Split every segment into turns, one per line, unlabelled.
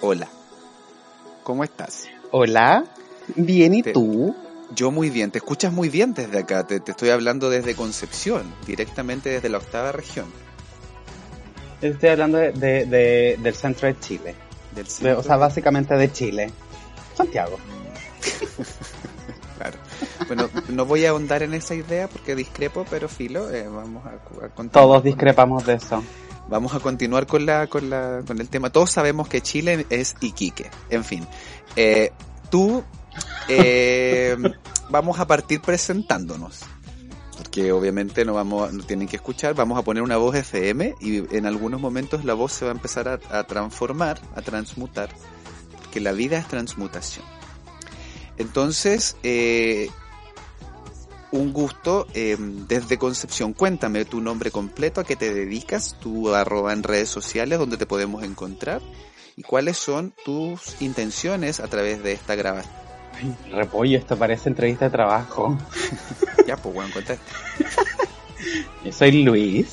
Hola. ¿Cómo estás?
Hola. Bien, ¿y
Te-
tú?
Yo muy bien, te escuchas muy bien desde acá, te, te estoy hablando desde Concepción, directamente desde la octava región
Yo Estoy hablando de, de- de- del centro de Chile.
del
De-
centro.
o sea, básicamente de Chile. Santiago.
Claro. Bueno, no voy a ahondar en esa idea porque discrepo, pero filo, eh, vamos a, a continuar.
Todos
con-
discrepamos de eso.
Vamos a continuar con la, con la, con el tema. Todos sabemos que Chile es Iquique. En fin, eh, tú, eh, vamos a partir presentándonos. Porque obviamente no vamos, no tienen que escuchar, vamos a poner una voz FM y en algunos momentos la voz se va a empezar a, a transformar, a transmutar, porque la vida es transmutación. Entonces, eh, un gusto eh, desde Concepción. Cuéntame tu nombre completo, a qué te dedicas, tu arroba en redes sociales, donde te podemos encontrar y cuáles son tus intenciones a través de esta grabación.
Repollo, esto parece entrevista de trabajo.
Ya, pues bueno, cuéntate.
Yo soy Luis.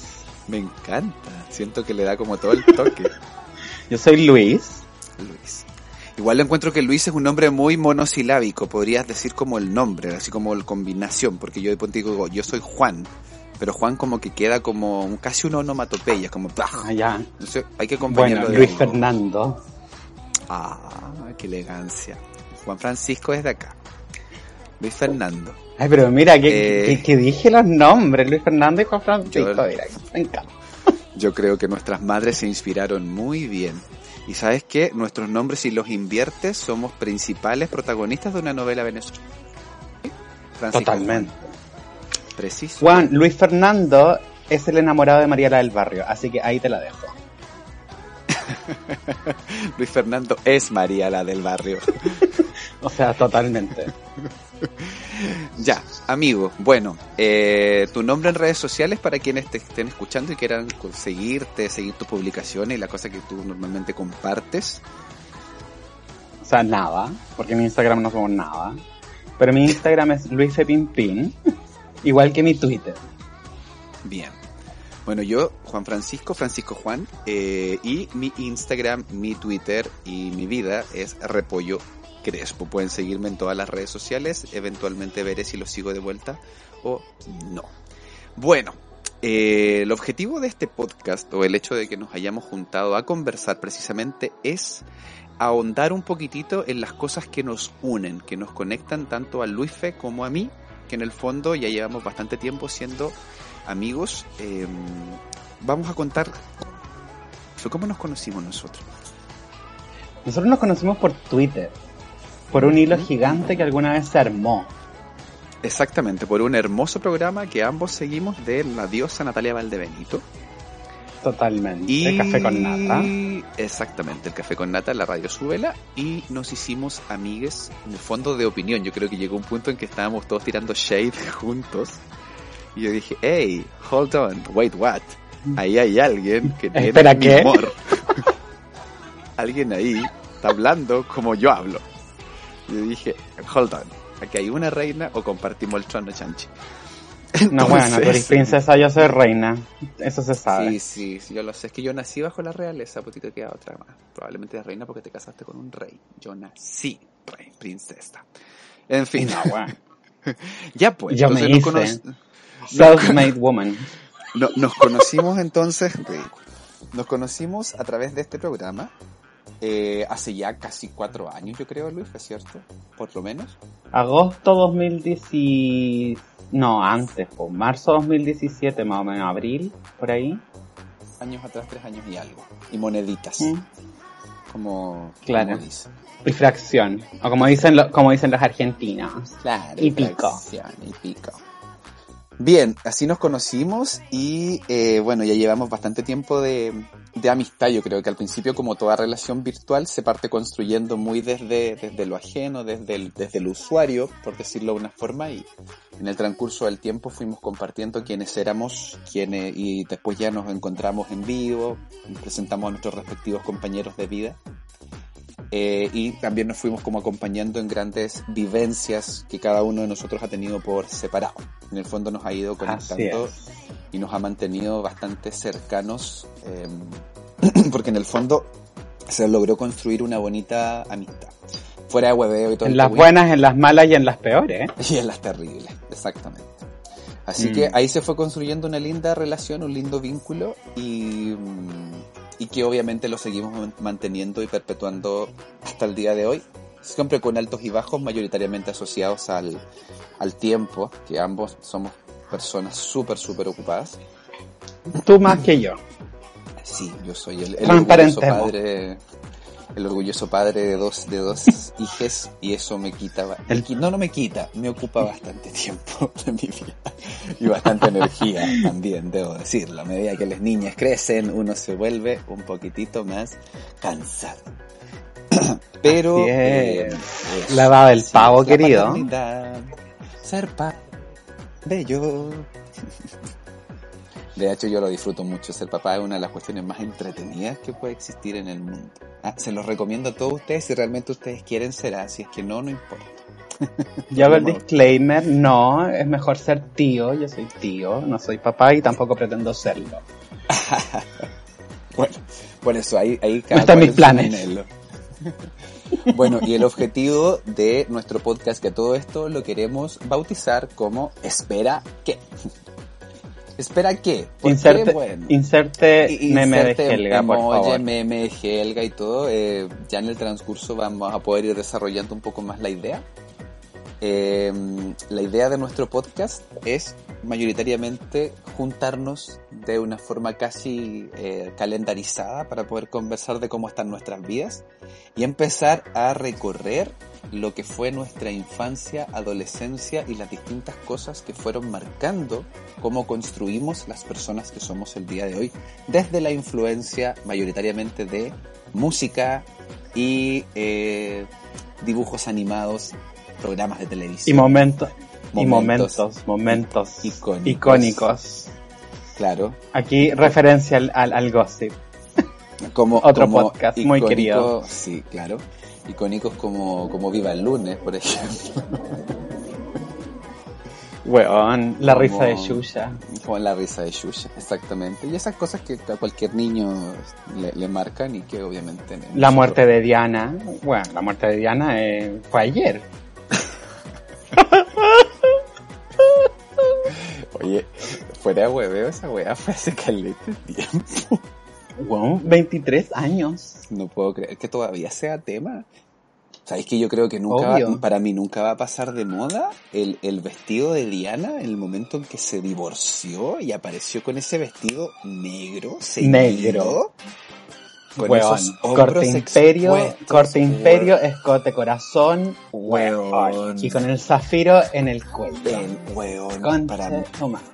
Me encanta. Siento que le da como todo el toque,
Yo soy Luis.
Luis. Igual encuentro que Luis es un nombre muy monosilábico, podrías decir como el nombre, así como la combinación, porque yo de pronto digo, yo soy Juan, pero Juan como que queda como un- casi una onomatopeya, como...
Ah, ya.
Entonces hay que acompañarlo
Bueno,
de
Luis
algo.
Fernando.
Ah, qué elegancia. Juan Francisco es de acá. Luis Fernando.
Ay, pero mira, que,
Eh.
que- que dije los nombres. Luis Fernando y Juan Francisco.
Yo-
Mira, me encanta.
Yo creo que nuestras madres se inspiraron muy bien. Y sabes que nuestros nombres, si los inviertes, somos principales protagonistas de una novela venezolana. Francisco
Totalmente.
Juan, Preciso.
Juan, Luis Fernando es el enamorado de Mariela del Barrio. Así que ahí te la dejo.
Luis Fernando es María la del barrio.
O sea, totalmente.
Ya, amigo, bueno, eh, tu nombre en redes sociales para quienes te estén escuchando y quieran seguirte, seguir tus publicaciones y la cosa que tú normalmente compartes.
O sea, nada, porque en mi Instagram no somos nada. Pero mi Instagram es luisfepinpin, igual que mi Twitter.
Bien. Bueno, yo, Juan Francisco, Francisco Juan, eh, y mi Instagram, mi Twitter y mi vida es Repollo Crespo. Pueden seguirme en todas las redes sociales, eventualmente veré si lo sigo de vuelta o no. Bueno, eh, el objetivo de este podcast o el hecho de que nos hayamos juntado a conversar precisamente es ahondar un poquitito en las cosas que nos unen, que nos conectan tanto a Luisfe como a mí, que en el fondo ya llevamos bastante tiempo siendo amigos, eh, vamos a contar fue cómo nos conocimos nosotros.
Nosotros nos conocimos por Twitter, por un
Mm.
hilo gigante que alguna vez se armó.
Exactamente, por un hermoso programa que ambos seguimos de la diosa Natalia Valdebenito.
Totalmente.
Y...
El café con nata.
Exactamente, el café con nata, la radio Súbela. Y nos hicimos amigues en el fondo de opinión. Yo creo que llegó un punto en que estábamos todos tirando shade juntos. Y yo dije, hey, hold on, wait, what? Ahí hay alguien que tiene
Espera,
mi
¿qué?
humor. alguien ahí está hablando como yo hablo. Y yo dije, hold on, aquí hay una reina o compartimos el trono chanchi.
No, bueno, tú eres
Entonces-
princesa, yo soy reina. Eso se sabe.
Sí, sí, sí, yo lo sé. Es que yo nací bajo la realeza, pues te queda otra más. Probablemente de reina porque te casaste con un rey. Yo nací rey, princesa. En fin,
No, bueno.
ya pues.
Yo me
entonces
hice.
nos, cono-
Self-made woman.
no- nos conocimos entonces, ridículo. Nos conocimos a través de este programa eh, hace ya casi cuatro años, yo creo, Luis, ¿es cierto? Por lo menos.
Agosto 2017. No, antes, po, marzo 2017, más o menos, abril, por ahí.
Años atrás, tres años y algo. Y moneditas,
Mm.
como,
Claro.
como dicen.
Y fracción. O como dicen, lo- como dicen los argentinos.
Claro,
Y pico.
fracción, Y pico. Bien, así nos conocimos y eh, bueno, ya llevamos bastante tiempo de, de amistad. Yo creo que al principio, como toda relación virtual, se parte construyendo muy desde, desde lo ajeno, desde el, desde el usuario, por decirlo de una forma, y en el transcurso del tiempo fuimos compartiendo quiénes éramos, quiénes, y después ya nos encontramos en vivo, nos presentamos a nuestros respectivos compañeros de vida. Eh, y también nos fuimos como acompañando en grandes vivencias que cada uno de nosotros ha tenido por separado. En el fondo nos ha ido
Así
conectando
es.
em, y nos ha mantenido bastante cercanos, eh, porque en el fondo se logró construir una bonita amistad. Fuera de hueveo y todo.
En
el
las
cuento,
buenas, en las malas y en las peores. ¿eh?
Y en las terribles, exactamente. Así
Mm.
que ahí se fue construyendo una linda relación, un lindo vínculo y, mm, y que obviamente lo seguimos man- manteniendo y perpetuando hasta el día de hoy, siempre con altos y bajos mayoritariamente asociados al, al tiempo, que ambos somos personas súper, súper ocupadas.
Tú más que yo.
Sí, yo soy el, el orgulloso
Transparentemos.
padre. El orgulloso padre de dos, de dos hijes, y eso me quitaba.
El-
No, no me quita, me ocupa bastante tiempo de mi vida. Y bastante energía también, debo decirlo. A medida que las niñas crecen, uno se vuelve un poquitito más cansado. Pero. eh,
Así es.
eso,
La edad del pavo,
la
querido.
paternidad, Ser pa bello. De hecho, yo lo disfruto mucho. Ser papá es una de las cuestiones más entretenidas que puede existir en el mundo. Ah, se los recomiendo a todos ustedes. Si realmente ustedes quieren, será. Si es que no, no importa.
Yo hago el disclaimer, no, es mejor ser tío, yo soy tío, no soy papá y tampoco pretendo serlo.
Bueno, por eso ahí, ahí
No están
cual
mis
en su
planes.
anhelo. Bueno, y el objetivo de nuestro podcast, que a todo esto lo queremos bautizar como Espera qué. Espera qué. ¿Por qué?
Inserte,
Bueno.
inserte
Y- y
meme de
inserte
Helga, por
emoji,
favor.
meme de Helga y todo. eh, ya en el transcurso vamos a poder ir desarrollando un poco más la idea. Eh, la idea de nuestro podcast es mayoritariamente juntarnos de una forma casi eh, calendarizada para poder conversar de cómo están nuestras vidas y empezar a recorrer lo que fue nuestra infancia, adolescencia y las distintas cosas que fueron marcando cómo construimos las personas que somos el día de hoy desde la influencia mayoritariamente de música y eh, dibujos animados, programas de
Y
televisión.
momentos, y
Momentos.
momentos, momentos
Icónicos.
icónicos.
claro,
Aquí referencia al, al, al gossip.
como
Otro
como
podcast muy
icónico-
querido.
Sí, claro. Icónicos como, como Viva el lunes, por ejemplo,
Weón, la
Como-
risa de Yuya.
como la risa de Shusha, exactamente. Y esas cosas que a cualquier niño le, le marcan y que obviamente...
La muerte de Diana. Bueno, la muerte de Diana eh, fue ayer.
Oye, fuera de hueveo, esa weá fue hace caleta de tiempo.
Weón, 23 años.
No puedo creer que todavía sea tema. ¿Sabéis que yo creo que nunca, va-
Obvio.
para mí nunca va a pasar de moda el, el vestido de Diana, el momento en que se divorció y apareció con ese vestido negro, ceñido,
Negro.
con
Weón,
esos hombros
corte imperio,
expuestos,
corte
weón.
imperio, escote corazón,
Weón.
weón. Y con el zafiro en el cuello.
El weón, para mí,
Concha tu madre.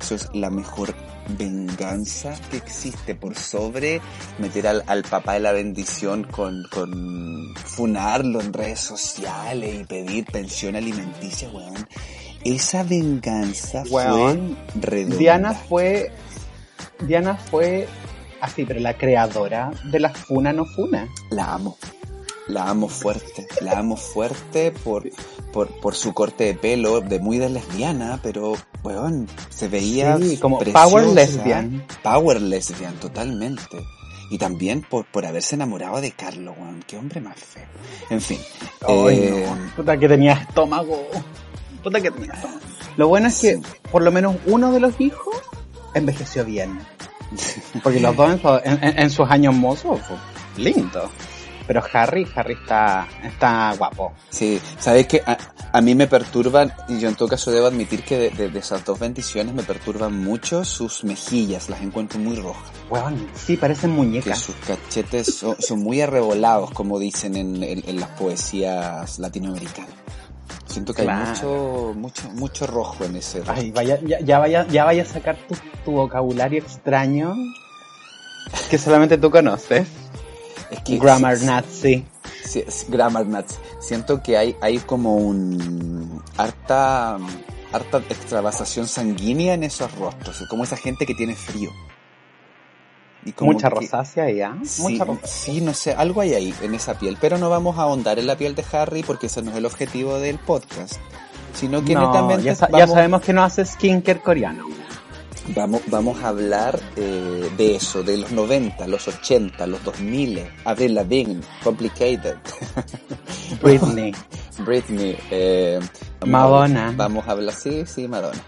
eso es la mejor venganza que existe por sobre meter al, al papá de la bendición con, con funarlo en redes sociales y pedir pensión alimenticia, weón. Esa venganza
Weón,
fue redonda.
Diana fue. Diana fue así, pero la creadora de la funa no funa.
La amo. La amo fuerte. La amo fuerte por, por, por su corte de pelo, de muy de lesbiana, pero, weón, se veía
Sí, como
preciosa.
power lesbian.
Power lesbian, totalmente. Y también por, por haberse enamorado de Carlo, weón. Qué hombre más feo. En fin.
Ay,
eh,
no. Puta que tenía estómago. Puta que tenía estómago. Lo bueno es que por lo menos uno de los hijos envejeció bien. Porque los dos en, su- en- en- en sus años mozos, fue lindo. Pero Harry, Harry está, está guapo.
Sí, sabes que a, a mí me perturban, y yo en todo caso debo admitir que de, de- de esas dos bendiciones me perturban mucho sus mejillas, las encuentro muy rojas.
Weón, sí, parecen
que
muñecas.
sus cachetes son, son muy arrebolados, como dicen en, en- en las poesías latinoamericanas. Siento que hay
Claro.
mucho, mucho, mucho rojo en ese rostro.
Ay, vaya, ya, ya vaya, ya vaya a sacar tu, tu vocabulario extraño que solamente tú conoces.
Es que
Grammar
si-
Nazi.
si- si- grammar nuts. Siento que hay, hay como un harta, harta extravasación sanguínea en esos rostros. Es como esa gente que tiene frío. Y como
Mucha
que-
rosácea ya.
Sí,
Mucha rosácea.
sí, no sé, algo hay ahí en esa piel, pero no vamos a ahondar en la piel de Harry porque ese no es el objetivo del podcast, sino que
No,
netamente
ya, sa- ya
vamos-
sabemos que no hace skincare coreano.
Vamos, vamos a hablar eh, de eso, de los 90, los 80, los 2000, Avril Lavigne, Complicated,
Britney.
Britney, eh, vamos a-
Madonna.
Vamos a hablar, sí, sí, Madonna.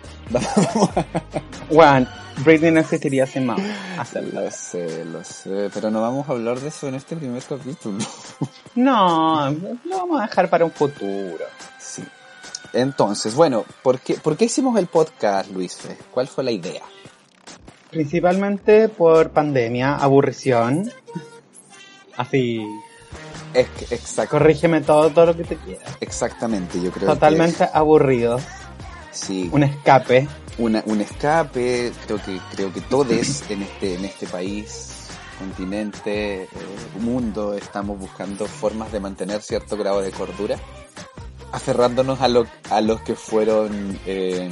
Juan, Britney no existiría sin Mao. Hasta luego.
Lo sé, lo sé, pero no vamos a hablar de eso en este primer capítulo.
No, lo vamos a dejar para un futuro.
Sí. Entonces, bueno, ¿por qué, ¿por qué hicimos el podcast, Luis? Fe? ¿Cuál fue la idea?
Principalmente por pandemia, aburrición. Así,
Es que- exact-
corrígeme todo, todo lo que te quieras.
exactamente, yo creo
Totalmente aburrido.
que sí,
Un escape.
una- un escape, creo que creo que todos en este en este país, continente, eh, mundo estamos buscando formas de mantener cierto grado de cordura, aferrándonos a lo, a los que fueron eh,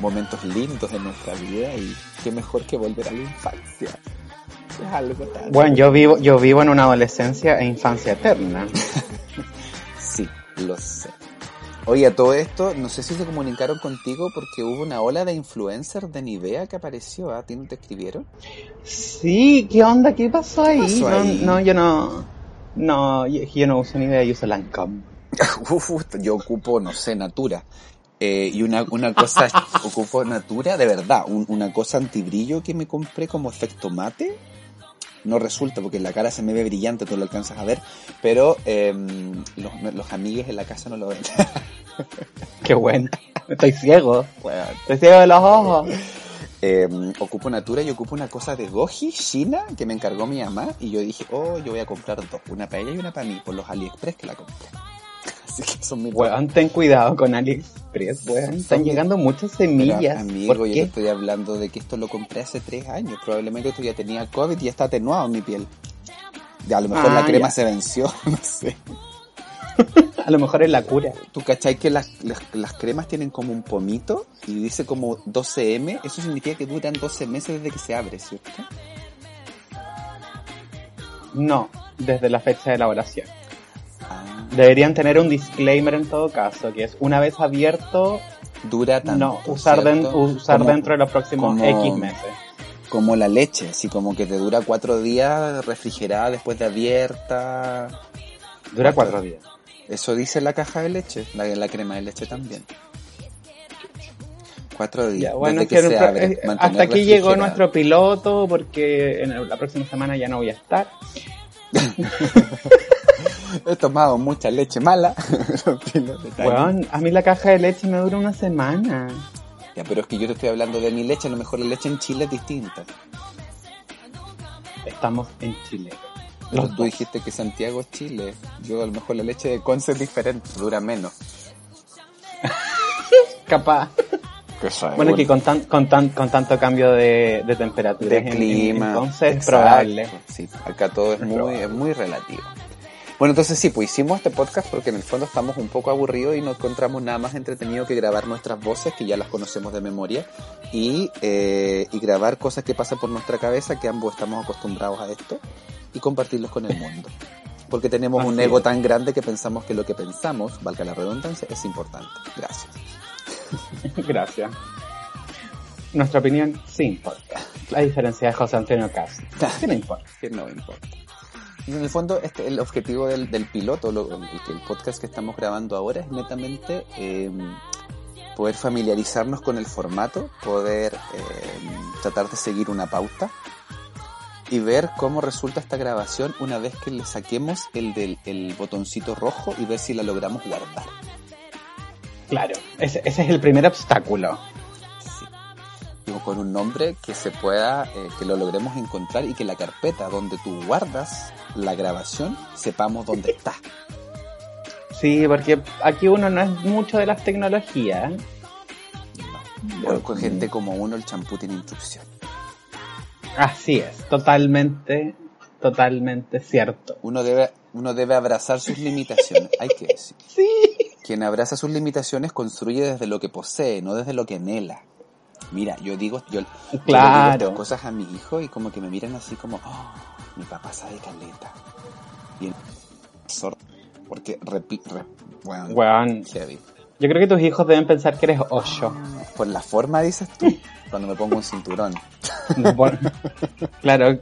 momentos lindos de nuestra vida y qué mejor que volver a la infancia. Es algo tan
Bueno, yo vivo, yo vivo en una adolescencia e infancia eterna.
Sí, lo sé. Oye, a todo esto, no sé si se comunicaron contigo porque hubo una ola de influencers de Nivea que apareció. ¿ah? ¿A ti no te escribieron?
Sí, ¿qué onda? ¿Qué pasó ahí?
pasó
no,
ahí?
no, yo no. No, yo, yo no uso ni idea, yo uso Lancome.
Uf, uf, yo ocupo, no sé, Natura. Eh, y una, una cosa, ocupo Natura, de verdad, un- una cosa antibrillo que me compré como efecto mate. No resulta porque la cara se me ve brillante, tú lo alcanzas a ver, pero em, los, los amigues en la casa no lo ven.
Qué bueno. Estoy ciego. weón. Estoy ciego de los ojos.
Eh, ocupo Natura y ocupo una cosa de Goji, China, que me encargó mi mamá. Y yo dije, oh, yo voy a comprar dos. Una para ella y una para mí, por los AliExpress que la compré. Así que son mis
Weón, ten cuidado con AliExpress, weón. Están llegando muchas
Pero,
semillas.
Amigo,
¿Por
yo te
qué?
estoy hablando de que esto lo compré hace tres años. Probablemente tú ya tenía COVID y ya está atenuado mi piel. Ya, a lo mejor
Ah,
la crema
ya.
se venció, no sé.
A lo mejor es la cura.
¿Tú cachai que las, las, las cremas tienen como un pomito y dice como 12M? Eso significa que duran 12 meses desde que se abre, ¿cierto?
No, desde la fecha de elaboración.
Ah,
Deberían tener un disclaimer en todo caso, que es una vez abierto,
dura tanto.
no, usar, den-
¿cierto?
usar
Como-
dentro de los próximos
como-
X meses.
como la leche, así como que te dura cuatro días refrigerada después de abierta.
Dura cuatro días.
Eso dice la caja de leche, la, la crema de leche también. Cuatro días.
Ya, bueno,
desde
que
se
nuestra-
abre,
eh,
mantener
hasta aquí llegó
refrigerada.
nuestro piloto porque en la próxima semana ya no voy a estar.
He tomado mucha leche mala.
Weón, a mí la caja de leche me dura una semana.
Ya, pero es que yo te estoy hablando de mi leche, a lo mejor la leche en Chile es distinta.
Estamos en Chile.
Pero
Los
tú
dos.
dijiste que Santiago es Chile. Yo a lo mejor la leche de Conce es diferente, dura menos.
Capaz. Bueno, que con, tan- con, tan- con tanto cambio de, de temperatura.
de
en- en-
clima.
Entonces es
Exacto.
probable.
Sí, acá todo es
Es
muy,
probable.
es muy relativo. Bueno, entonces sí, pues hicimos este podcast porque en el fondo estamos un poco aburridos y no encontramos nada más entretenido que grabar nuestras voces, que ya las conocemos de memoria, y, eh, y grabar cosas que pasan por nuestra cabeza, que ambos estamos acostumbrados a esto, y compartirlos con el mundo. Porque tenemos un
Así
ego
es.
tan grande que pensamos que lo que pensamos, valga la redundancia, es importante. Gracias.
Gracias. Nuestra opinión sí importa. La diferencia de José Antonio Castro. Sí le importa.
que no importa. Y en el fondo, este, el objetivo del, del piloto, lo- el, el podcast que estamos grabando ahora, es netamente eh, poder familiarizarnos con el formato, poder eh, tratar de seguir una pauta y ver cómo resulta esta grabación una vez que le saquemos el del el botoncito rojo y ver si la logramos guardar.
Claro, ese, ese es el primer obstáculo.
Sí. Digo, con un nombre que se pueda, eh, que lo logremos encontrar y que la carpeta donde tú guardas la grabación sepamos dónde está.
Sí, porque aquí uno no es mucho de las tecnologías.
Pero con gente como uno el champú tiene instrucción.
Mm, Así es, totalmente, totalmente cierto.
Uno debe, uno debe abrazar sus limitaciones, hay que decir.
Sí.
Quien abraza sus limitaciones construye desde lo que posee, no desde lo que anhela. Mira, yo digo, yo, yo le digo estas
Claro.
cosas a mi hijo y como que me miran así como, "Oh, mi papá sabe caleta. Y el sordo, porque repi- re- bueno,
Weón,
heavy.
Yo creo que tus hijos deben pensar que eres Osho.
Por la forma, dices tú, cuando me pongo un cinturón.
Bueno, claro.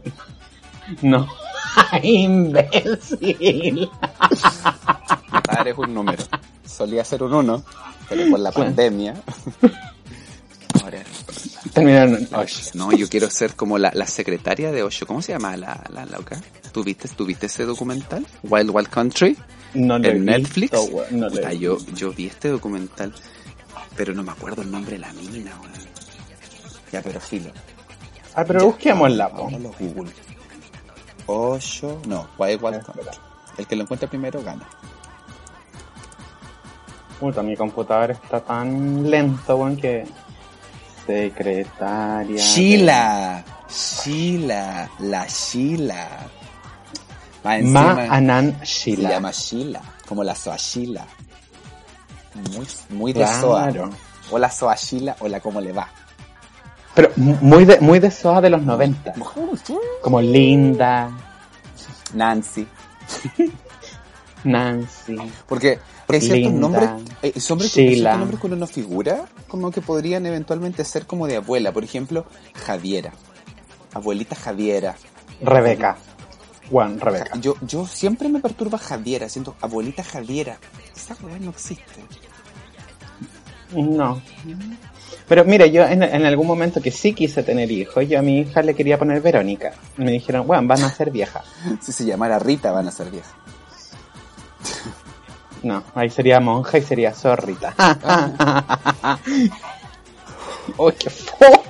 No. Ay, imbécil.
Mi padre es un número. Solía ser un uno, pero por la pandemia. Ahora,
Terminaron en Osho.
no, yo quiero ser como la, la secretaria de Osho. ¿Cómo se llama la, la loca? ¿Tuviste, ¿Tuviste ese documental? Wild Wild Country.
No lo he
en Netflix.
visto, weón, no lo he
Puta,
visto.
yo, yo vi este documental, pero no me acuerdo el nombre de la mina, weón. Ya, pero filo.
Ah, pero busquémosla, po.
Vamos a Google. Osho, no, Wild Wild Country. El que lo encuentra primero gana.
Puta, mi computador está tan lento, weón, que... Secretaria... de-
Sheila, Sheila, la Sheila. Más
Ma
encima,
Anan
se
Sheila.
llama Sheila, como la Soashila. Muy, muy de
Claro.
Soa. O la Soashila, o la como le va.
Pero muy de, muy de soa de los 90. Como Linda,
Nancy.
Nancy.
Porque, porque hay ciertos
Linda.
nombres, eh, hay nombres, que,
Sheila.
hay ciertos nombres que uno no figura, como que podrían eventualmente ser como de abuela. Por ejemplo, Javiera. Abuelita Javiera.
Rebeca. Juan, Rebeca.
Yo, yo siempre me perturba Javiera, siento abuelita Javiera. Esa weá no existe.
No. Pero mira, yo en, en algún momento que sí quise tener hijos, yo a mi hija le quería poner Verónica. Me dijeron, bueno, van a ser vieja.
Si se llamara Rita van a ser viejas.
No, ahí sería monja y sería zorrita. ¡Uy, qué fo-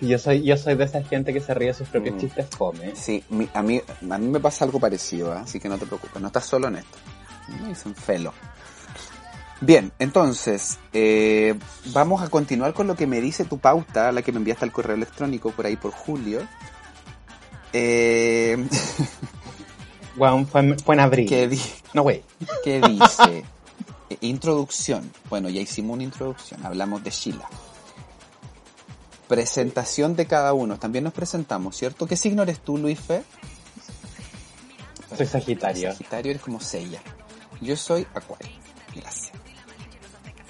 Yo soy, yo soy de esa gente que se ríe de sus propios
Mm.
chistes fome.
Sí, mi- a, mí, a mí me pasa algo parecido, ¿ah? así que no te preocupes, no estás solo en esto. Me dicen felo. Bien, entonces, eh, vamos a continuar con lo que me dice tu pauta, la que me enviaste al correo electrónico por ahí por julio. Eh,
Juan fue, en- fue en abril.
que, di-
No, güey.
que dice, eh, introducción. Bueno, ya hicimos una introducción, hablamos de Sheila. Presentación de cada uno, también nos presentamos, ¿cierto? ¿Qué signo eres tú, Luis Fe?
Soy Sagitario.
Sagitario eres como Sella. Yo soy Acuario. Gracias.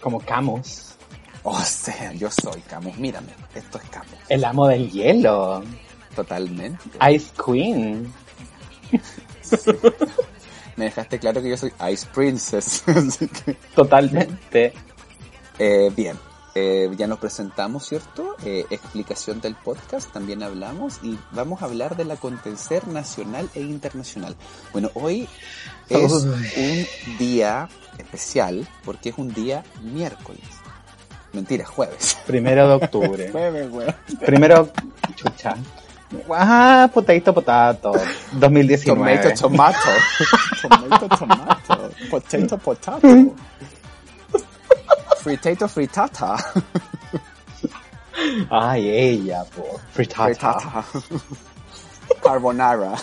Como Camus.
O sea, yo soy Camus. Mírame, esto es Camus.
El amo del hielo.
Totalmente.
Ice Queen.
Me dejaste claro que yo soy Ice Princess. Así que,
Totalmente.
eh, bien. Eh, ya nos presentamos, ¿cierto? Eh, explicación del podcast, también hablamos y vamos a hablar del acontecer nacional e internacional. Bueno, hoy es un día especial porque es un día miércoles. Mentira, jueves.
Primero de octubre.
Jueves, weón.
Primero, chucha. Ah, potato, potato. 2019.
Tomato, tomato. tomato, tomato. Potato, potato. Fritato, fritata.
Ay, ella, po. Frittata.
Fritata. Carbonara.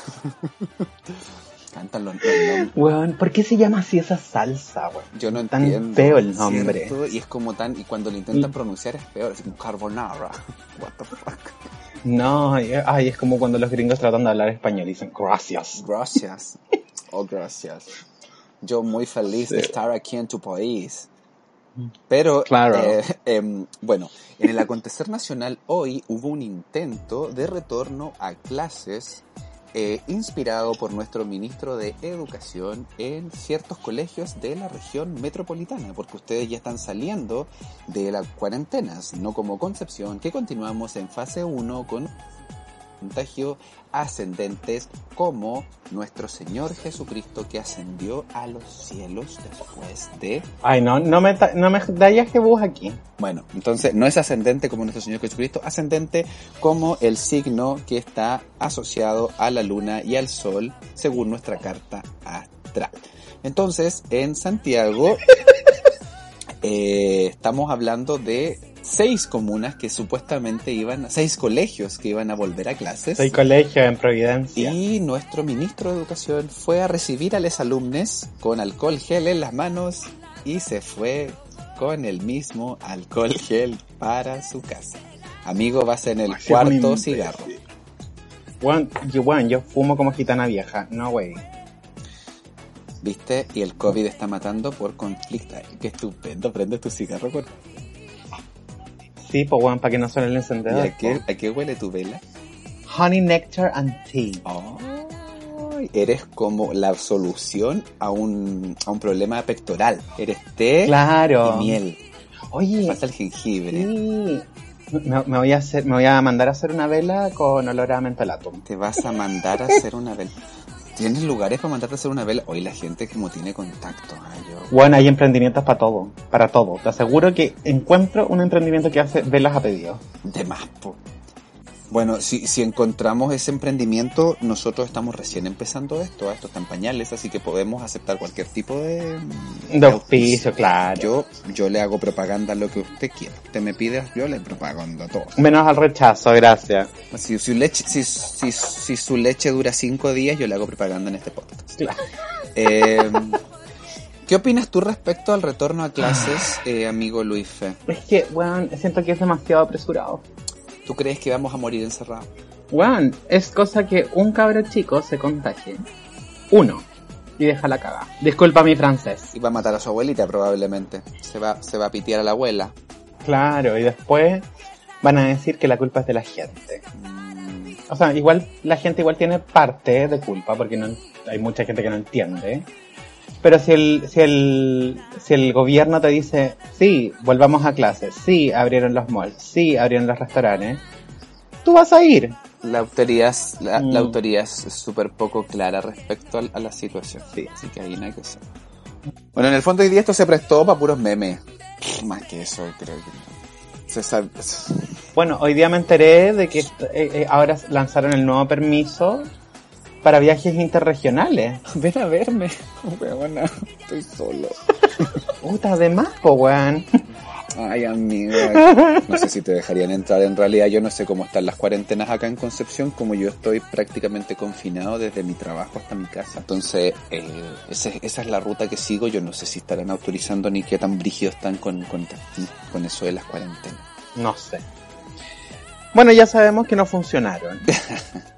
Cantan los nombres.
Weón, ¿por qué se llama así esa salsa, weón?
Yo no
Tan
entiendo.
feo el nombre.
¿cierto? Y es como tan. Y cuando lo intentan pronunciar es peor. Es como carbonara. What the fuck.
No, y- ay, es como cuando los gringos tratan de hablar español y dicen, gracias.
Gracias. Oh, gracias. Yo muy feliz de estar aquí en tu país. Pero,
Claro.
eh, em, bueno, en el acontecer nacional hoy hubo un intento de retorno a clases eh, inspirado por nuestro ministro de Educación en ciertos colegios de la región metropolitana, porque ustedes ya están saliendo de las cuarentenas, no como Concepción, que continuamos en fase 1 con contagio ascendentes como nuestro Señor Jesucristo que ascendió a los cielos después de...
Ay, no, no me, ta- no me dayas que bus aquí.
Bueno, entonces no es ascendente como nuestro Señor Jesucristo, ascendente como el signo que está asociado a la luna y al sol según nuestra carta astral. Entonces, en Santiago eh, estamos hablando de seis comunas que supuestamente iban, seis colegios que iban a volver a clases.
Soy colegio en Providencia.
Y nuestro ministro de Educación fue a recibir a los alumnos con alcohol gel en las manos y se fue con el mismo alcohol gel para su casa. Amigo, vas en el
Ay, qué
cuarto
bonito.
cigarro.
Weón, yo, weón, yo fumo como gitana vieja. No, wey.
¿Viste? Y el COVID está matando por conflicto. Ay, qué estupendo, prende tu cigarro con...
Sí, pues bueno, para que no suene el
¿Y
encendedor.
a qué, a qué huele tu vela?
Honey Nectar and Tea.
Ay, eres como la solución a un, a un problema pectoral. Eres té
Claro.
y miel.
Oye,
Pasa el
eh.
jengibre.
sí. Me, me voy a hacer, me voy a mandar a hacer una vela con olor a mentolato.
Te vas a mandar a hacer una vela. ¿Tienes lugares para mandarte a hacer una vela? Hoy la gente como tiene contacto. Ay, yo-
Bueno, hay emprendimientos para todo, para todo. Te aseguro que encuentro un emprendimiento que hace velas a pedido.
De más, po. Bueno, si, si encontramos ese emprendimiento, nosotros estamos recién empezando esto. ¿eh? Esto está en pañales, así que podemos aceptar cualquier tipo de... mm,
De auspicio, claro.
Yo, yo le hago propaganda a lo que usted quiera. Usted me pide, yo le propagando todo.
Menos al rechazo, gracias.
Si, su leche, si, si- si su leche dura cinco días, yo le hago propaganda en este podcast.
Claro.
Eh, ¿Qué opinas tú respecto al retorno a clases, eh, amigo Luis Fe?
Es que, weón, siento que es demasiado apresurado.
¿Tú crees que vamos a morir encerrados?
Weón, es cosa que un cabro chico se contagie. Uno. Y deja la caga. Disculpa mi francés.
Y va a matar a su abuelita probablemente. Se va, se va a pitear a la abuela.
Claro, y después van a decir que la culpa es de la gente.
Mm,
O sea, igual la gente igual tiene parte de culpa porque no hay mucha gente que no entiende. Pero si el si el si el gobierno te dice, "Sí, volvamos a clases, sí, abrieron los malls, sí, abrieron los restaurantes." Tú vas a ir.
La autoridad, es- la, la
Mm.
autoridad es súper poco clara respecto al- a, la situación.
Sí.
Así que ahí no hay que hacer. Bueno, en el fondo hoy día esto se prestó para puros memes. Más que eso, creo que no. Se sabe-
Bueno, hoy día me enteré de que eh, eh, ahora lanzaron el nuevo permiso para viajes interregionales.
Ven a verme. Huevona, estoy solo.
Puta, además, po, weón.
Ay, amigo. No sé si te dejarían entrar. En realidad, yo no sé cómo están las cuarentenas acá en Concepción, como yo estoy prácticamente confinado desde mi trabajo hasta mi casa. Entonces, eh, esa, es- esa es la ruta que sigo. Yo no sé si estarán autorizando ni qué tan brígidos están con, con, con eso de las cuarentenas.
No sé. Bueno, ya sabemos que no funcionaron.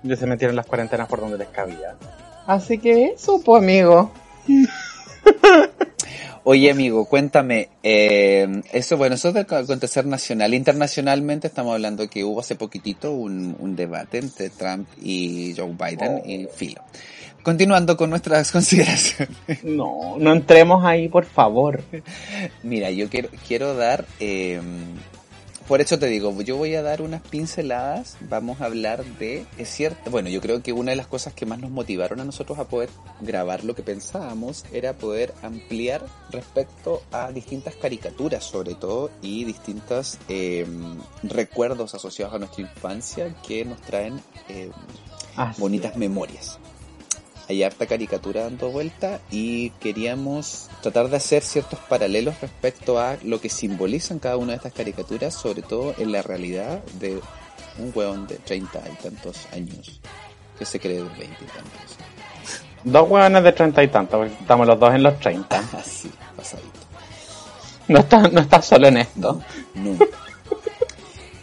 ya se metieron las cuarentenas por donde les cabía. Así que eso, pues, amigo.
Oye, amigo, cuéntame. eh, eso, bueno, eso es del acontecer nacional. Internacionalmente estamos hablando que hubo hace poquitito un, un debate entre Trump y Joe Biden y Filo. Continuando con nuestras consideraciones.
No, no entremos ahí, por favor.
Mira, yo quiero, quiero dar, eh, por eso te digo, yo voy a dar unas pinceladas, vamos a hablar de, es cierto, bueno, yo creo que una de las cosas que más nos motivaron a nosotros a poder grabar lo que pensábamos era poder ampliar respecto a distintas caricaturas sobre todo y distintos eh, recuerdos asociados a nuestra infancia que nos traen eh,
Así
bonitas memorias. Hay harta caricatura dando vuelta y queríamos tratar de hacer ciertos paralelos respecto a lo que simbolizan cada una de estas caricaturas, sobre todo en la realidad de un hueón de 30 y tantos años que se cree de 20 y tantos.
es. Dos hueones de treinta y tanto, porque estamos los dos en los treinta.
Así, Ah, pasadito.
No estás no estás solo en esto.
No, nunca.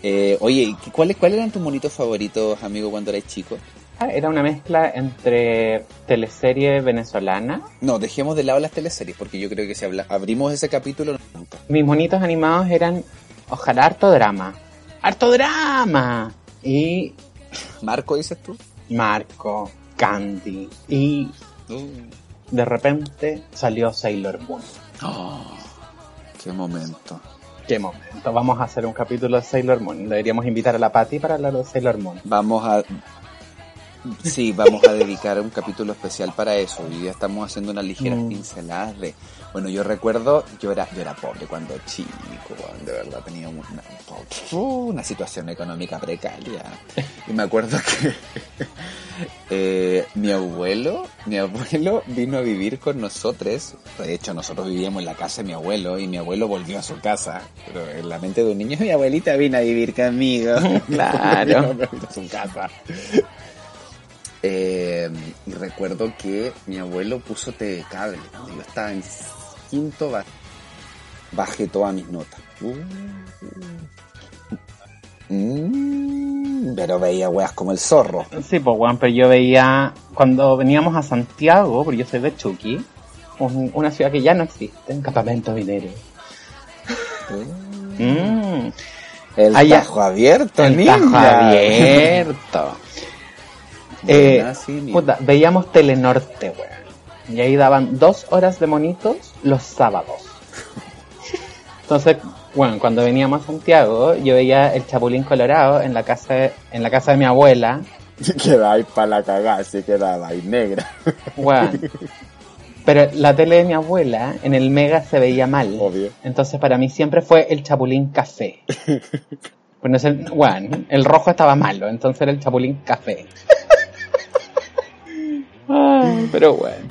Eh, oye, ¿y cu- ¿cuáles cuáles eran tus monitos favoritos, amigo, cuando eras chico?
Ah, Era una mezcla entre teleserie venezolana
No, dejemos de lado las teleseries, porque yo creo que si habla- abrimos ese capítulo, nunca.
mis monitos animados eran ojalá harto drama. ¡Harto drama! Y
Marco, dices tú.
Marco, Candy. Y
Uh.
de repente salió Sailor Moon.
Oh, qué momento.
¡Qué momento! Vamos a hacer un capítulo de Sailor Moon. Deberíamos invitar a la Patty para hablar de Sailor Moon.
Vamos a... Sí, vamos a dedicar un capítulo especial para eso. Hoy día estamos haciendo unas ligeras
Mm.
pinceladas de... Bueno, yo recuerdo, yo era, yo era pobre cuando chico, weón, de verdad tenía una, una situación económica precaria. Y me acuerdo que eh, mi abuelo, mi abuelo vino a vivir con nosotros. De hecho, nosotros vivíamos en la casa de mi abuelo y mi abuelo volvió a su casa. Pero en la mente de un niño, mi abuelita vino a vivir conmigo.
Claro.
Volvió a su casa. Eh, y recuerdo que mi abuelo puso TV cable. cuando Yo estaba en quinto ba- Bajé todas mis notas. Mm, pero veía weas como el zorro.
Sí, pues, weón, pero yo veía cuando veníamos a Santiago, porque yo soy de Chucky, un- una ciudad que ya no existe, un campamento minero. Mm,
El
Allá.
tajo abierto,
el
niña.
tajo abierto. Eh, Puta, veíamos Telenorte, weón. Y ahí daban dos horas de monitos los sábados. Entonces, bueno, cuando veníamos a Santiago, yo veía el Chapulín Colorado en la casa de, en la casa de mi abuela,
Queda ahí para la cagada, sí quedaba ahí negra.
weón. Pero la tele de mi abuela en el Mega se veía mal.
Obvio.
Entonces para mí siempre fue el Chapulín Café. Pues no sé, weón, el rojo estaba malo, entonces era el Chapulín Café. Ay, pero bueno.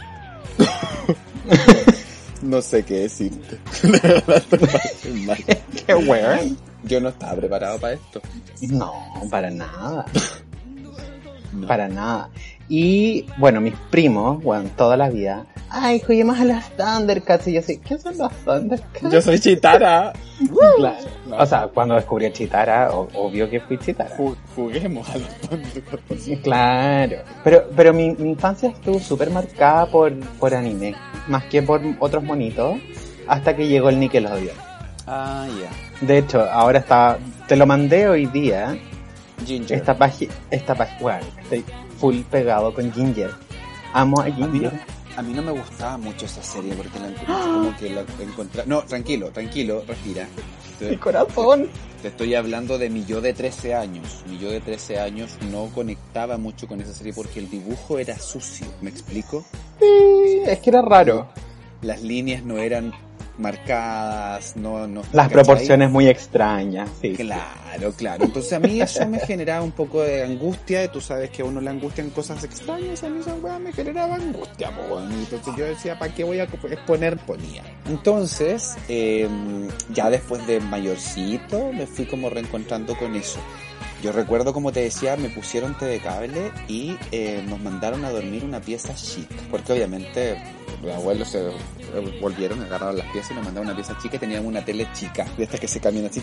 No sé qué decirte. De verdad, te pasé mal.
Qué weón.
Yo no estaba preparado para esto.
No, para nada.
No.
Para nada. Y bueno, mis primos, bueno, toda la vida. Ay, juguemos a las Thundercats. Y yo así, ¿qué son las Thundercats?
Yo soy Chitara.
Claro. O sea, cuando descubrí a Chitara, o- obvio que fui Chitara.
Ju- Juguemos a los Thundercats.
Claro. Pero, pero mi, mi infancia estuvo súper marcada por, por anime, más que por otros monitos, hasta que llegó el Nickelodeon.
Ah, ya.
De hecho, ahora está, te lo mandé hoy día,
Ginger.
Esta página, esta página, estoy full pegado con Ginger. Amo a
A mí, no,
Ginger.
a mí no me gustaba mucho esa serie porque la encontré como que la encontré. No, tranquilo, tranquilo, respira.
Mi
Te,
corazón.
te estoy hablando de mi yo de 13 años. Mi yo de 13 años no conectaba mucho con esa serie porque el dibujo era sucio, ¿me explico?
Sí, es que era raro.
Las líneas no eran marcadas, no, no.
Las
¿cachai?
proporciones muy extrañas, sí.
Claro, claro. Entonces a mí eso me generaba un poco de angustia. y Tú sabes que a uno le angustian cosas extrañas. A mí esa weá me generaba angustia, po, weón. Y Entonces yo decía, ¿para qué voy a exponer? Ponía. Entonces, eh, ya después de mayorcito, me fui como reencontrando con eso. Yo recuerdo, como te decía, me pusieron té de cable y eh, nos mandaron a dormir una pieza chica. Porque obviamente los abuelos se eh, volvieron, agarraron las piezas y nos mandaron una pieza chica y teníamos una tele chica. De estas que se cambian así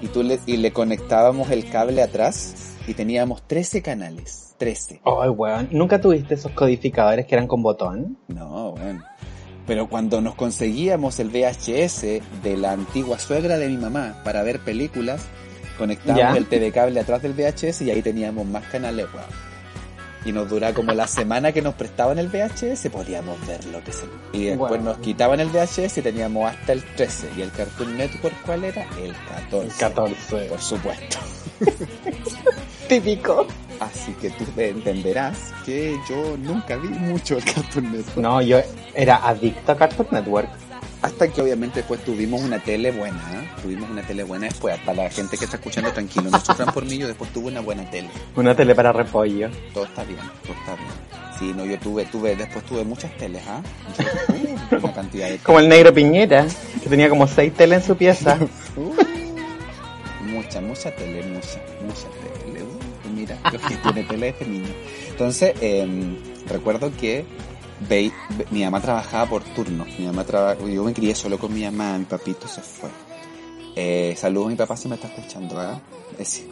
y tú le, y le conectábamos el cable atrás y teníamos 13 canales. 13.
Ay, weón. ¿Nunca tuviste esos codificadores que eran con botón?
No, bueno. Pero cuando nos conseguíamos el VHS de la antigua suegra de mi mamá para ver películas, conectábamos
Ya.
el TV cable atrás del VHS y ahí teníamos más canales, weón. Y nos duraba como la semana que nos prestaban el VHS, podíamos ver lo que se... Y después
Bueno.
nos quitaban el VHS y teníamos hasta el 13. ¿Y el Cartoon Network cuál era? El 14.
El 14.
Por supuesto.
Típico.
Así que tú entenderás que yo nunca vi mucho el Cartoon Network.
No, yo era adicto a Cartoon Network.
Hasta que obviamente después tuvimos una tele buena, ¿eh? tuvimos una tele buena después. Para la gente que está escuchando, tranquilo, no sufran por mí, yo después tuve una buena tele.
Una tele para repollo.
Todo está bien, todo está bien. Sí, no, yo tuve, tuve, después tuve muchas teles, ¿ah? Yo, uh, una cantidad de
Como el negro Piñera, que tenía como seis teles en su pieza.
Uh, mucha, mucha tele, mucha, mucha tele. Uh, mira, lo que tiene tele este niño. Entonces, em, recuerdo que ve- ve- mi mamá trabajaba por turno. Mi mamá traba- yo me crié solo con mi mamá, mi papito se fue. Eh, saludos a mi papá si me está escuchando, ¿verdad? Es-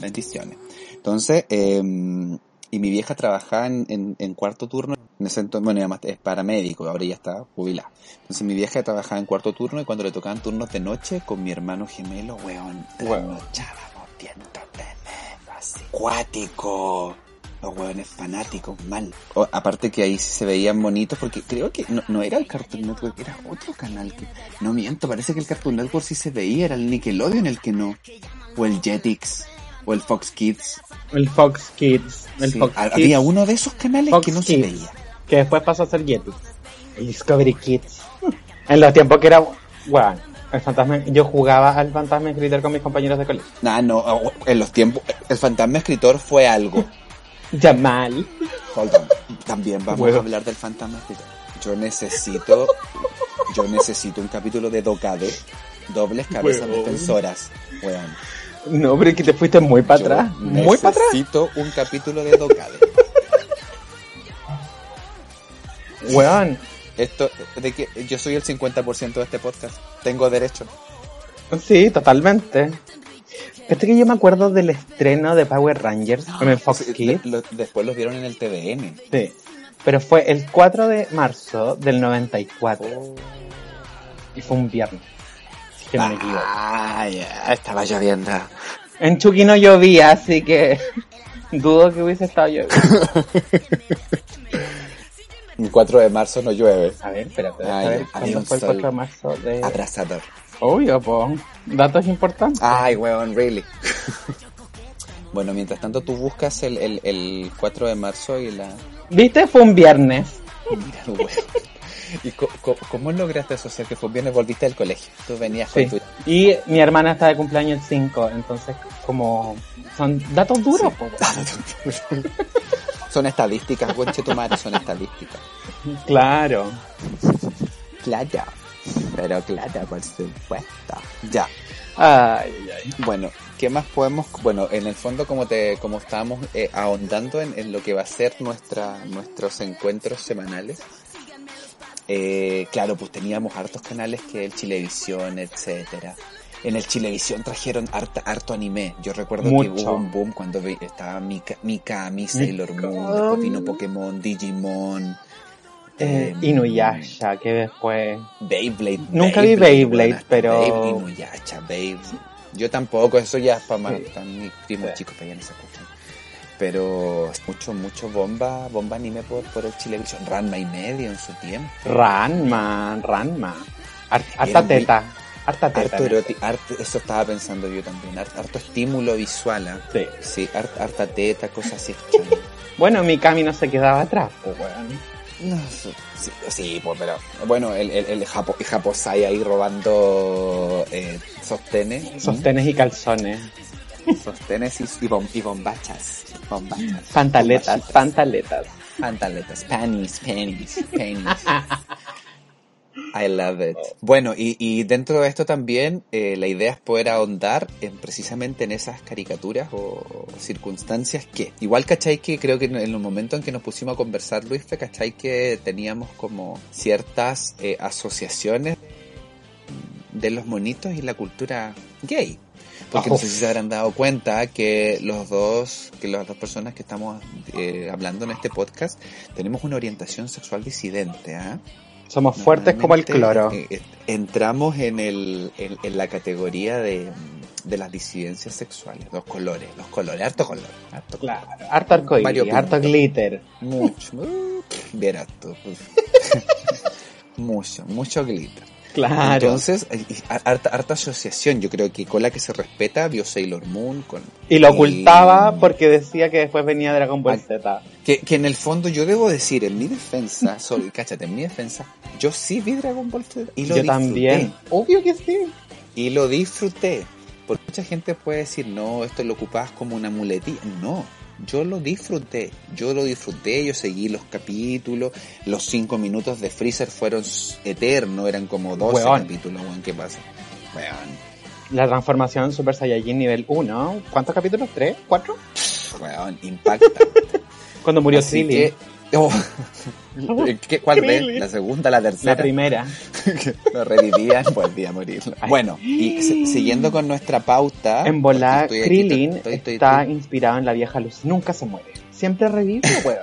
bendiciones. Entonces, em, y mi vieja trabajaba en, en- en cuarto turno. En ese entonces, bueno, mi mamá es paramédico, ahora ya está jubilada. Entonces mi vieja trabajaba en cuarto turno y cuando le tocaban turnos de noche con mi hermano gemelo, weón,
Weón.
trasnochábamos viendo tele, así. Cuático. Los weones fanáticos, mal. O- aparte que ahí sí se veían bonitos porque creo que no, no era el Cartoon Network, era otro canal que... No miento, parece que el Cartoon Network sí se veía, era el Nickelodeon el que no. O el Jetix, o el Fox Kids.
El Fox Kids. El
Sí,
Fox
ha-
Kids.
Había uno de esos canales
Fox
que no se
Kids.
veía.
que después pasó a ser Jetix. El Discovery Kids. En los tiempos que era, bueno, el fantasma, yo jugaba al fantasma escritor con mis compañeros de colegio.
Nah, no, oh, en los tiempos... El fantasma escritor fue algo.
Jamal.
Hold on. También vamos
Bueno.
a hablar del fantasma escritor. Yo necesito, yo necesito un capítulo de Docade, dobles cabezas
Bueno.
defensoras. Weón.
No, pero es que te fuiste muy para
Yo
atrás. Muy para atrás.
Necesito un capítulo de Docade.
Weón.
Esto, de que yo soy el 50% de este podcast. Tengo derecho.
Sí, totalmente. Este que yo me acuerdo del estreno de Power Rangers con el Fox
Sí,
Kids.
de- lo- después los vieron en el TVN.
Sí. Pero fue el 4 de marzo del 94. Y fue un viernes. Si es que no me equivoco.
Ah, ya, estaba lloviendo.
En Chucky no llovía, así que dudo que hubiese estado lloviendo.
El 4 de marzo no llueve.
A ver, espérate,
Ah,
a ver,
ya, había
¿cuándo
un
fue el
sol.
4 de marzo
Eh,
de...?
Abrasador.
Obvio, po. Datos importantes.
Ay, weón, really. bueno, mientras tanto tú buscas el, el, el 4 de marzo y la...
¿Viste? Fue un viernes.
Mira, weón. ¿Y co- co- cómo lograste asociar que fue viernes volviste del colegio? Tú venías
Sí.
con tu...
Y mi hermana está de cumpleaños el 5, entonces como... Son datos duros, po.
Son estadísticas, conche tu madre, son estadísticas.
Claro.
Claro. Pero claro, por supuesto. Ya.
Ay, ay, ay.
Bueno, ¿qué más podemos? Bueno, en el fondo como te, como estábamos eh, ahondando en, en lo que va a ser nuestra, nuestros encuentros semanales. eh, claro, pues teníamos hartos canales que el Chilevisión, etcétera. En el Chilevisión trajeron harta, harto anime. Yo recuerdo
Mucho.
que hubo un boom cuando vi- estaba Mika, Mikami, Sailor Moon,
Mikami.
después vino Pokémon, Digimon,
Eh, Inuyasha, que después...
Beyblade.
Nunca vi Beyblade,
weón, hasta
pero-
Beyblade, Inuyasha, Beyblade. Yo tampoco, eso ya es para más.
Sí.
Están mis primos
Sí.
chicos para allá en esa cuestión. Pero mucho, mucho bomba, bomba anime por, por el Chilevisión. Ranma y medio en su tiempo.
Ranma, Ranma. Har-
Era
Harta
muy-
teta. Harta teta.
Harto eroti- harto- eso estaba pensando yo también. har- Harto, estímulo visual. ah.
Sí.
Sí, har- harta teta, cosas así. extrañas.
Bueno, mi Cami no se quedaba atrás, pues, weón.
No, sí, sí, sí, pues, pero bueno, el, el, el, Japo, el Japosai ahí robando eh, sostenes.
Sostenes y calzones.
Sostenes y, y, bom- y bombachas. Bombachas.
Pantaletas, pantaletas.
Pantaletas. Panties, panties, panties. I love it. Bueno, y, y dentro de esto también eh, la idea es poder ahondar en, precisamente en esas caricaturas o circunstancias que. Igual, ¿cachai? Que creo que en el momento en que nos pusimos a conversar, Luis, fue, ¿cachai? Que teníamos como ciertas eh, asociaciones de los monitos y la cultura gay. Porque no
Ojo.
sé si se habrán dado cuenta que los dos, que las dos personas que estamos eh, hablando en este podcast, tenemos una orientación sexual disidente, ¿ah?
Somos fuertes como el cloro.
Normalmente, eh, Entramos en, el, en, en la categoría de, de las disidencias sexuales, los colores, los colores, harto color, harto color.
Claro. Harto arcoíris,
Variopinto.
harto glitter.
Mucho, uh, verás tú. mucho, mucho glitter.
Claro.
Entonces, eh, y harta, harta asociación, yo creo que con la que se respeta vio Sailor Moon, con,
y lo
y-
ocultaba porque decía que después venía Dragon Ball
Ay.
Z.
Que, que en el fondo yo debo decir, en mi defensa, sorry, cáchate, en mi defensa, yo sí vi Dragon Ball Z y lo
Yo
disfruté.
también. Obvio que sí.
Y lo disfruté. Porque mucha gente puede decir, no, esto lo ocupabas como una muletilla. No, yo lo disfruté. Yo lo disfruté, yo seguí los capítulos. Los cinco minutos de Freezer fueron s- eternos, eran como 12
Weón.
capítulos, weón, ¿qué pasa? Weón,
La transformación Super Saiyajin nivel 1. ¿Cuántos capítulos? ¿Tres? ¿Cuatro?
weón, impacta.
Cuando murió
Así
Silly.
que- Oh, ¿qué- ¿Cuál vez?
Krillin.
¿La segunda, la
La
tercera?
primera.
ah, lo revivían, volvía a morirlo.
Ay.
Bueno, y se- siguiendo con nuestra pauta.
En volar,
porque estoy aquí,
Krillin
estoy- estoy-
está
estoy-
inspirado en la vieja luz. Nunca se muere. Siempre revive, weón.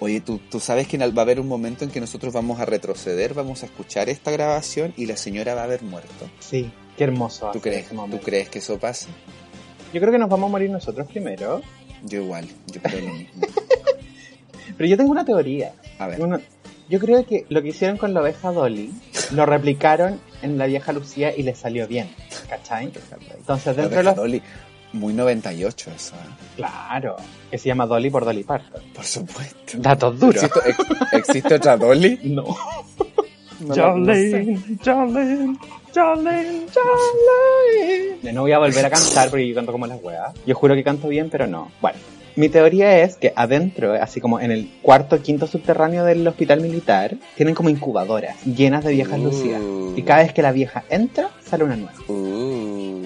Oye, ¿tú, tú sabes que en el- va a haber un momento en que nosotros vamos a retroceder, vamos a escuchar esta grabación y la señora va a haber muerto.
Sí, qué hermoso. va a
¿Tú
ser
crees,
ese momento.
¿Tú crees que eso pasa?
Yo creo que nos vamos a morir nosotros primero.
Yo igual, yo creo lo mismo.
Pero yo tengo una teoría.
A ver,
Una- yo creo que lo que hicieron con la oveja Dolly lo replicaron en la vieja Lucía y le salió bien. ¿Cachai? Entonces
la
dentro de
oveja
los...
Dolly, muy 98 eso, ¿eh?
Claro. Que se llama Dolly por Dolly Parton.
por supuesto.
Datos duros.
¿Existe, ex- ¿existe otra Dolly?
No.
No la- no sé.
Charlene, Charlene, Charlene, Charlene. No voy a volver a cantar porque yo canto como las weas. Yo juro que canto bien, pero no. Bueno, mi teoría es que adentro, así como en el cuarto, quinto subterráneo del hospital militar, tienen como incubadoras llenas de viejas
Uh.
lucidas. Y cada vez que la vieja entra, sale una nueva.
Uh,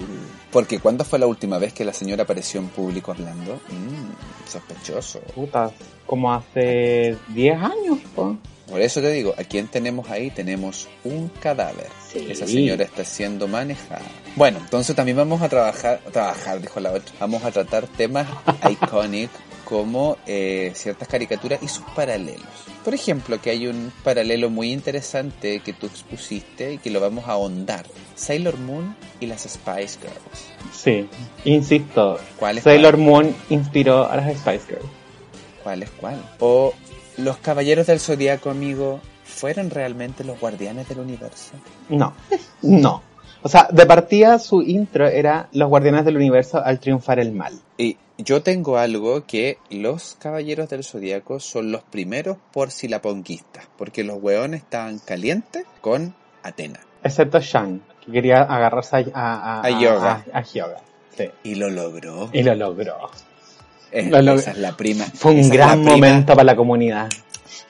porque ¿cuándo fue la última vez que la señora apareció en público hablando? Mm, sospechoso.
Puta, como hace 10 años, po.
Por eso te digo, ¿a quién tenemos ahí? Tenemos un cadáver.
Sí.
Esa señora está siendo manejada. Bueno, entonces también vamos a trabajar, trabajar, dijo la otra, vamos a tratar temas iconic como eh, ciertas caricaturas y sus paralelos. Por ejemplo, que hay un paralelo muy interesante que tú expusiste y que lo vamos a ahondar. Sailor Moon y las Spice Girls.
Sí, insisto.
¿Cuál es
Sailor Moon inspiró a las Spice Girls.
¿Cuál es cuál? O los Caballeros del Zodíaco, amigo, ¿fueron realmente los guardianes del universo?
No, no. O sea, de partida su intro era Los Guardianes del Universo al triunfar el mal.
Y yo tengo algo que los Caballeros del Zodíaco son los primeros por silaponquistas, porque los hueones estaban calientes con Atena.
Excepto Shang, que quería agarrarse a, a,
A Hyoga.
a- a Hyoga, sí.
Y lo logró.
Y lo logró.
Eh,
lo logró.
Esa es la prima.
Fue un
esa es la
gran
prima
momento para la comunidad.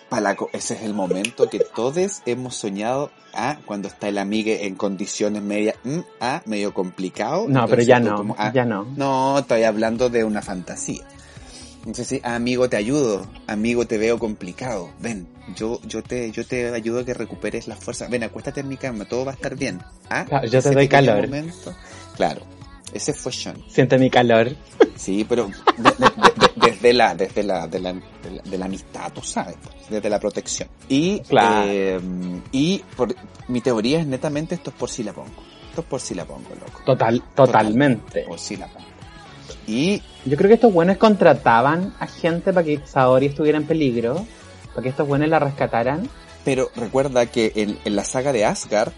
pa' la co- ese es el momento que todos hemos soñado ah, cuando está el amigue en condiciones media, mm, ah, medio complicado.
No, pero
Entonces
ya
tú
no,
como, ah,
ya no.
No, estoy hablando de una fantasía. Entonces, sí, amigo, te ayudo. Amigo, te veo complicado. Ven, yo, yo, te, yo te ayudo a que recuperes las fuerzas. Ven, acuéstate en mi cama, todo va a estar bien. ¿Ah?
Claro, yo te
ese
doy
pequeño
calor.
momento. Claro, ese fue Sean.
Siente mi calor.
Sí, pero de- de- de- de- desde, la, desde, la, de la, de la- de la amistad, tú sabes, pues, desde la protección. Y,
Claro.
eh, y por- mi teoría es netamente esto es por si la pongo. Esto es por si la pongo, loco.
Total, totalmente.
Por si la pongo. Y
Yo creo que estos buenos contrataban a gente para que Saori estuviera en peligro, para que estos buenos la rescataran.
Pero recuerda que en, en la saga de Asgard,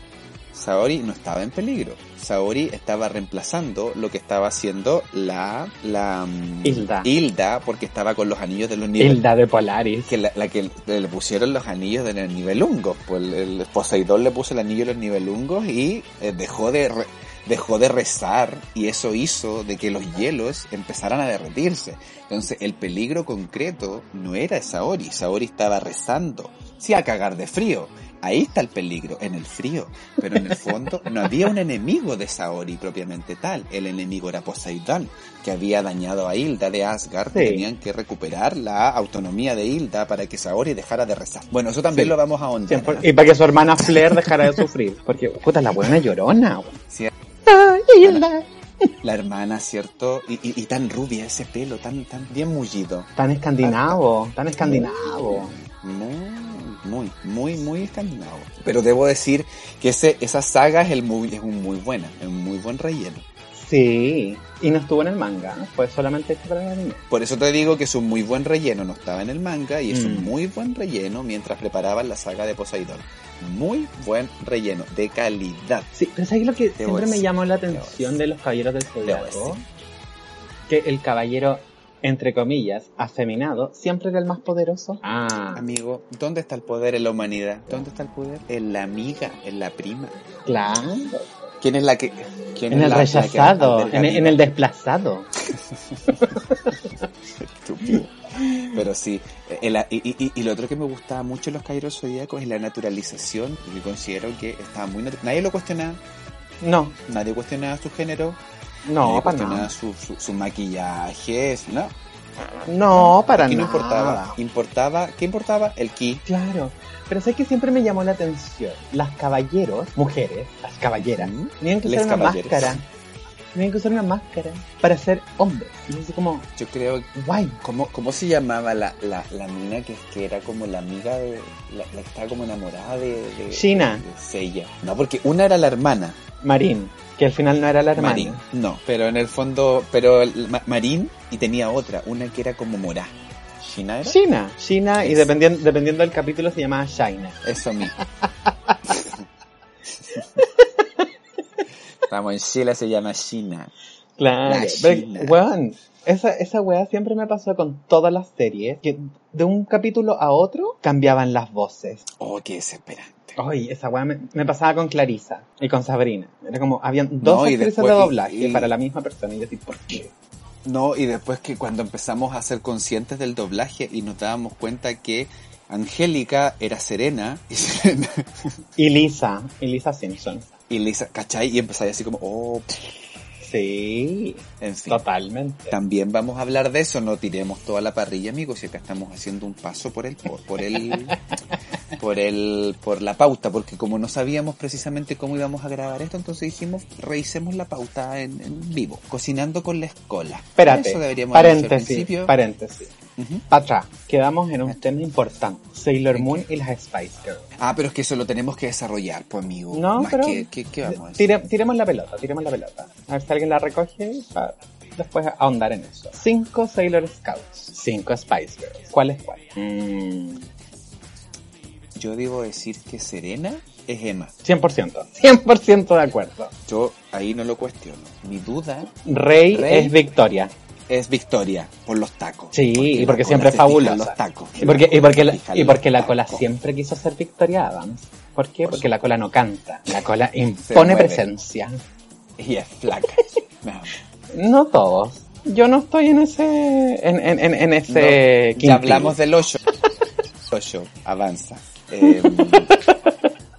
Saori no estaba en peligro. Saori estaba reemplazando lo que estaba haciendo la, la mm,
Hilda.
Hilda, porque estaba con los anillos de los niveles.
Hilda de Polaris.
Que la, la que le pusieron los anillos de los nivelungos. Pues el, el Poseidón le puso el anillo de los nivelungos y eh, dejó de re- dejó de rezar y eso hizo de que los hielos empezaran a derretirse. Entonces el peligro concreto no era Saori, Saori estaba rezando, sí a cagar de frío. Ahí está el peligro, en el frío. Pero en el fondo no había un enemigo de Saori propiamente tal. El enemigo era Poseidón, que había dañado a Hilda de Asgard. y
Sí.
Tenían que recuperar la autonomía de Hilda para que Saori dejara de rezar. Bueno, eso también
Sí.
lo vamos a ahondar.
Siempre- Y para que su hermana Flair dejara de sufrir. Porque, puta, la buena llorona. weón.
Sí,
Ay, Hilda.
la hermana, ¿cierto? Y, y- y tan rubia ese pelo, tan, tan bien mullido.
Tan escandinavo, tan escandinavo.
Muy, muy, muy, muy escandinavo. Pero debo decir que ese, esa saga es, el muy, es un muy buena, es un muy buen relleno.
Sí. Y no estuvo en el manga, fue solamente hecho para el anime.
Por eso te digo que es un muy buen relleno, no estaba en el manga, y es un
Mm.
muy buen relleno mientras preparaban la saga de Poseidón. Muy buen relleno, de calidad.
Sí, pero ¿sabes lo que
voy a
siempre me
decir,
llamó la
voy a
atención
decir.
de los caballeros del
voy a
zodiaco? Que el caballero, entre comillas, afeminado, siempre era el más poderoso. Ah,
Amigo, ¿dónde está el poder en la humanidad? ¿Dónde está el poder? En la amiga, en la prima.
claro.
¿Quién es la que...? ¿Quién
En
es
el
la- la que
rechazado,
alberga
en el,
vida?
en el desplazado.
estúpido. Pero sí, el- y, y- y lo otro que me gustaba mucho en los Kairos Zodíacos es la naturalización, porque considero que estaba muy natu- Nadie lo cuestionaba,
No,
nadie cuestionaba su género,
no,
nadie
para
cuestionaba
nada.
su, su, su maquillaje, su- no,
No, para
aquí
nada.
no importaba. Importaba, ¿qué importaba? El ki.
Claro. Pero sé que siempre me llamó la atención. Las caballeros, mujeres, las caballeras,
Mm.
tenían que
Les
usar una
caballeros.
máscara. Tenían que usar una máscara para ser hombres. Y así como,
Yo creo que...
guay.
¿Cómo, cómo se llamaba la, la, la mina que, que era como la amiga de... La, la que estaba como enamorada de... de
Gina.
de Seiya. No, porque una era la hermana,
Marín, que al final no era la hermana.
Marín, no, pero en el fondo, pero el- Ma- Marín y tenía otra, una que era como morá. ¿Shina era?
China, China, y
Es-
dependiendo, dependiendo del capítulo se llamaba China.
Eso mismo. Estamos en Chile, se llama Shina.
Claro,
La
pero,
China.
weón, esa, esa weá siempre me pasó con todas las series, que de un capítulo a otro cambiaban las voces.
Oh, qué desesperante.
Ay, esa weá me, me pasaba con Clarisa y con Sabrina. Era como, habían dos
No, y
actrices
después-
de doblaje
y- y-
para la misma persona, y yo así, ¿por qué?
No, y después que cuando empezamos a ser conscientes del doblaje y nos dábamos cuenta que Angélica era Serena y Serena
Y Lisa, y Lisa Simpson.
y Lisa, ¿cachai? Y empezáis así como, oh, pff,
Sí,
en fin.
totalmente.
También vamos a hablar de eso, no tiremos toda la parrilla, amigos, y acá estamos haciendo un paso por el por, por el por el por la pauta, porque como no sabíamos precisamente cómo íbamos a grabar esto, entonces dijimos, revisemos la pauta en, en vivo, cocinando con la escola.
Espérate,
Eso deberíamos haber hecho al
paréntesis,
principio.
paréntesis.
Ujú.
Para atrás, quedamos en un tema importante, Sailor Moon y las Spice Girls.
Ah, pero es que eso lo tenemos que desarrollar, pues amigo.
No,
Más
pero-
que, que- que vamos a hacer?
Tire- tiremos la pelota, tiremos la pelota. A ver si alguien la recoge para después ahondar en eso. Cinco Sailor Scouts, cinco Spice Girls. ¿Cuál es cuál? Mm,
Yo debo decir que Serena es Emma.
100%, 100% de acuerdo.
Yo ahí no lo cuestiono. Mi duda
Rey,
Rey.
es Victoria.
es Victoria por los tacos.
Sí, y
la
porque
cola
siempre es
se fija en
fabulosa.
Los tacos.
Y porque, y porque, la,
Se fija en
y porque
los
la cola
tacos.
siempre quiso ser Victoria Adams. ¿Por qué?
Por
Porque la cola no canta, la cola impone
mueve.
presencia.
Y es flaca. No.
No todos. Yo no estoy en ese. en, en, en, en ese. quintil.
Ya hablamos del 8. 8, avanza. Eh,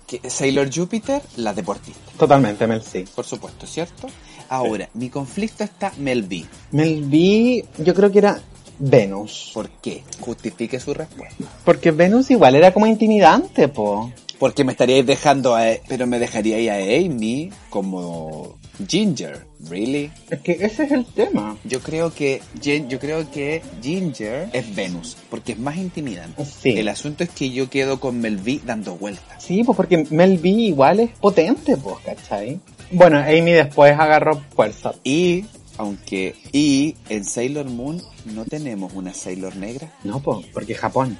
que- Sailor Jupiter, la deportista,
Totalmente, Mel C.
por supuesto, ¿cierto? Ahora, mi conflicto está Mel B.
Mel B, yo creo que era Venus.
¿Por qué? Justifique su respuesta.
Porque Venus igual era como intimidante, po.
Porque me estaríais dejando a... E-, Pero me dejaríais a Amy como Ginger. ¿Really?
Es que ese es el tema.
Yo creo que Gin- yo creo que Ginger es Venus, porque es más intimidante.
Sí.
El asunto es que yo quedo con Mel B dando vueltas.
Sí, pues porque Mel B igual es potente, pues, ¿cachai? Bueno, Amy después agarró fuerza.
Y, aunque, y en Sailor Moon no tenemos una Sailor negra.
No, pues, porque Japón.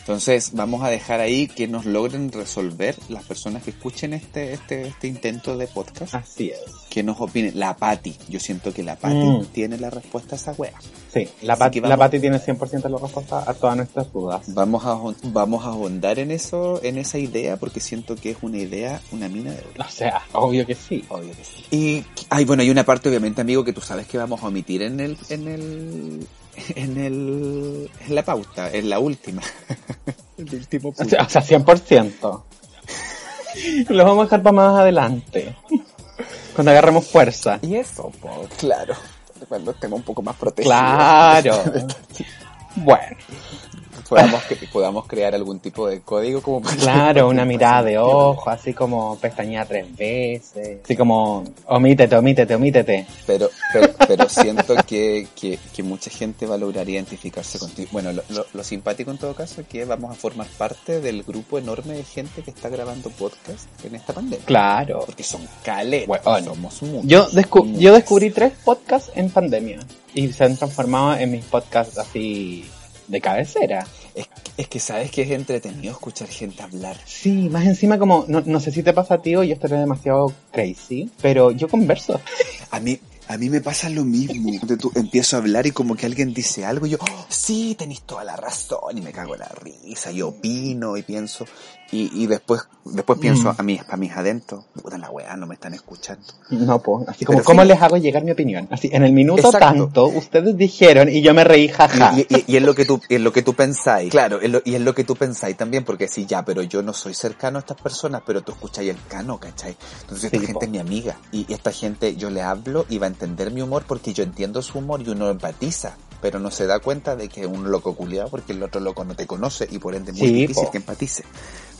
Entonces vamos a dejar ahí que nos logren resolver las personas que escuchen este, este, este intento de podcast.
Así es.
Que nos opinen. La Patty. Yo siento que la Patty
Mm.
tiene la respuesta a esa wea.
Sí, la,
Así
Pat-
que
la
vamos.
Patti tiene 100% la respuesta a todas nuestras dudas.
Vamos a, ahon- vamos a ahondar en eso, en esa idea, porque siento que es una idea, una mina de oro.
O sea, obvio que sí.
Obvio que sí. Y ay, bueno, hay una parte, obviamente, amigo, que tú sabes que vamos a omitir en el, en el, en el, en la pauta, en la última. el último
O sea, o sea, 100%. Lo vamos a dejar para más adelante. Cuando agarremos fuerza.
Y eso, po, claro. Cuando estemos un poco más protegidos.
Claro. Bueno,
Podamos, cre- podamos crear algún tipo de código como para que-
claro, una mirada de ojo, así como pestañea tres veces. Así como, omítete, omítete, omítete.
Pero, pero, pero siento que, que, que mucha gente va a lograr identificarse contigo. Bueno, lo, lo- lo simpático en todo caso es que vamos a formar parte del grupo enorme de gente que está grabando podcast en esta pandemia.
Claro.
Porque son caletas,
Weón.
somos muchos.
Yo, descu-
Muchos.
yo descubrí tres podcasts en pandemia y se han transformado en mis podcasts así de cabecera.
Es, es que sabes que es entretenido escuchar gente hablar.
Sí, más encima como, no, no sé si te pasa a ti o yo estaré demasiado crazy, pero yo converso.
A mí, a mí me pasa lo mismo. Cuando tú empiezo a hablar y como que alguien dice algo y yo, "Oh, sí, tenéis toda la razón y me cago en la risa y opino y pienso. Y, y después, después pienso
Mm.
a mis, a mis adentros, puta la weá, no me están escuchando.
No, pues, así como,
Pero
¿cómo
sí.
les hago llegar mi opinión? Así, en el minuto
Exacto.
tanto, ustedes dijeron y yo me reí, jaja.
Y, y- y es lo que tú, es lo que tú pensáis. Claro, es lo- y es lo que tú pensáis también, porque sí, ya, pero yo no soy cercano a estas personas, pero tú escucháis el cano, ¿cachai? Entonces esta
Sí, po.
gente es mi amiga. Y esta gente yo le hablo y va a entender mi humor porque yo entiendo su humor y uno empatiza. Pero no se da cuenta de que es un loco culiado porque el otro loco no te conoce y por ende es muy
Sí,
difícil
po.
que empatice.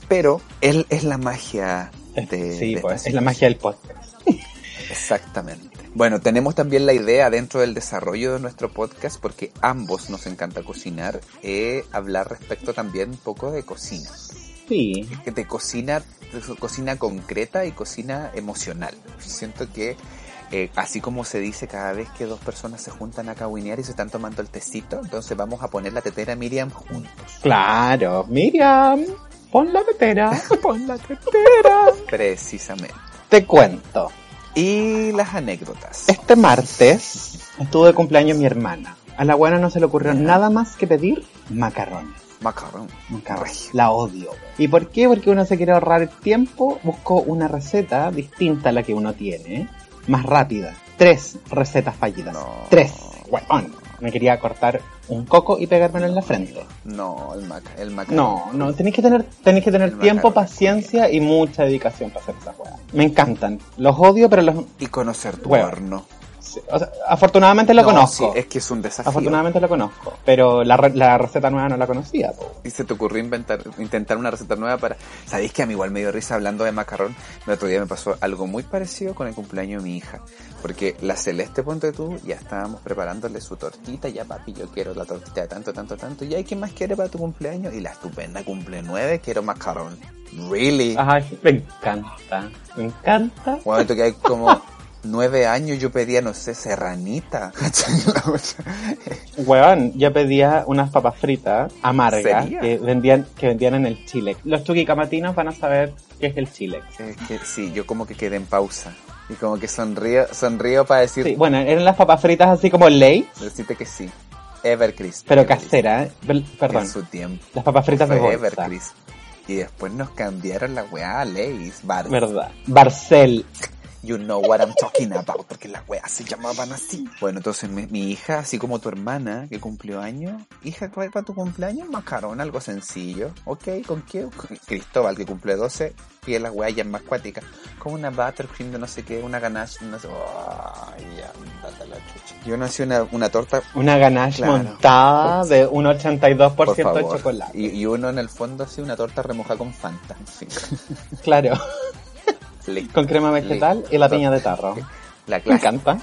Pero él es la magia de,
sí,
de
pues,
esta
es la magia del podcast.
Exactamente. Bueno, tenemos también la idea dentro del desarrollo de nuestro podcast, porque ambos nos encanta cocinar, eh, hablar respecto también un poco de cocina.
Sí,
Que te cocina, de cocina concreta y cocina emocional. Siento que, eh, así como se dice cada vez que dos personas se juntan a caguinear y se están tomando el tecito, entonces vamos a poner la tetera Miriam juntos.
claro. Miriam, pon la petera. pon la petera.
Precisamente.
Te cuento.
Y las anécdotas.
Este martes estuvo de cumpleaños mi hermana. A la buena no se le ocurrió nada más que pedir macarrones.
Macarrón.
Macarrones. La odio. ¿Y por qué? Porque uno se quiere ahorrar tiempo, buscó una receta distinta a la que uno tiene, más rápida. Tres recetas fallidas.
No.
Tres. Huevón. Me quería cortar un coco y pegármelo en la frente.
No, el maca, el macarrón.
No, no, tenéis que tener, tenéis que tener
El
tiempo,
macarrón.
paciencia y mucha dedicación para hacer esas huevas. Me encantan. Los odio, pero los,
Y conocer tu
Bueno.
horno.
Sí, o sea, afortunadamente lo
No,
conozco.
sí, es que es un desafío.
Afortunadamente lo conozco. Pero la, re- la receta nueva no la conocía. po.
Y se te ocurrió inventar, intentar una receta nueva para... ¿Sabéis que a mí igual me dio risa hablando de macarrón? El otro día me pasó algo muy parecido con el cumpleaños de mi hija. Porque la Celeste, ponte tú, ya estábamos preparándole su tortita. Ya, papi, yo quiero la tortita de tanto, tanto, tanto. ¿Y hay qué más quiere para tu cumpleaños? Y la estupenda cumple nueve, quiero macarrón. ¿Really?
Ay, me encanta. Me encanta.
Bueno, tú que hay como nueve años, yo pedía, no sé, serranita. ¿Cachai? La otra-
Weón, yo pedía unas papas fritas amargas
¿Sería?
que vendían, que vendían en el Chile. Los tuquicamatinos van a saber qué es el Chile.
Es que sí, yo como que quedé en pausa. Y como que sonrío, sonrío para decir,
Sí, bueno, eran las papas fritas así como ley,
decirte que sí. Evercrisp.
pero
Evercrisp.
casera. ¿eh? Pel- Perdón,
En su tiempo.
las papas fritas de
Fue
bolsa.
Evercrisp. Y después nos cambiaron la weá a Lays. Bar.
Verdad. Barcel.
You know what I'm talking about. Porque las weas se llamaban así. Bueno, entonces mi, mi hija, así como tu hermana que cumplió año. Hija, ¿cuál para tu cumpleaños? Macarón, algo sencillo. Ok, ¿con qué? Cristóbal, que cumple 12, pide las weas ya más cuáticas. Como una buttercream de no sé qué, una ganache, no sé. Ay, ya, date la chucha. Yo nací una, una torta
Una ganache
Claro.
montada de un 82%
Por
de
favor.
chocolate.
Y, y uno en el fondo así una torta remojada con Fanta. en fin.
Claro.
Le-
Con crema vegetal y la piña de tarro.
La
Me
clásica.
encanta.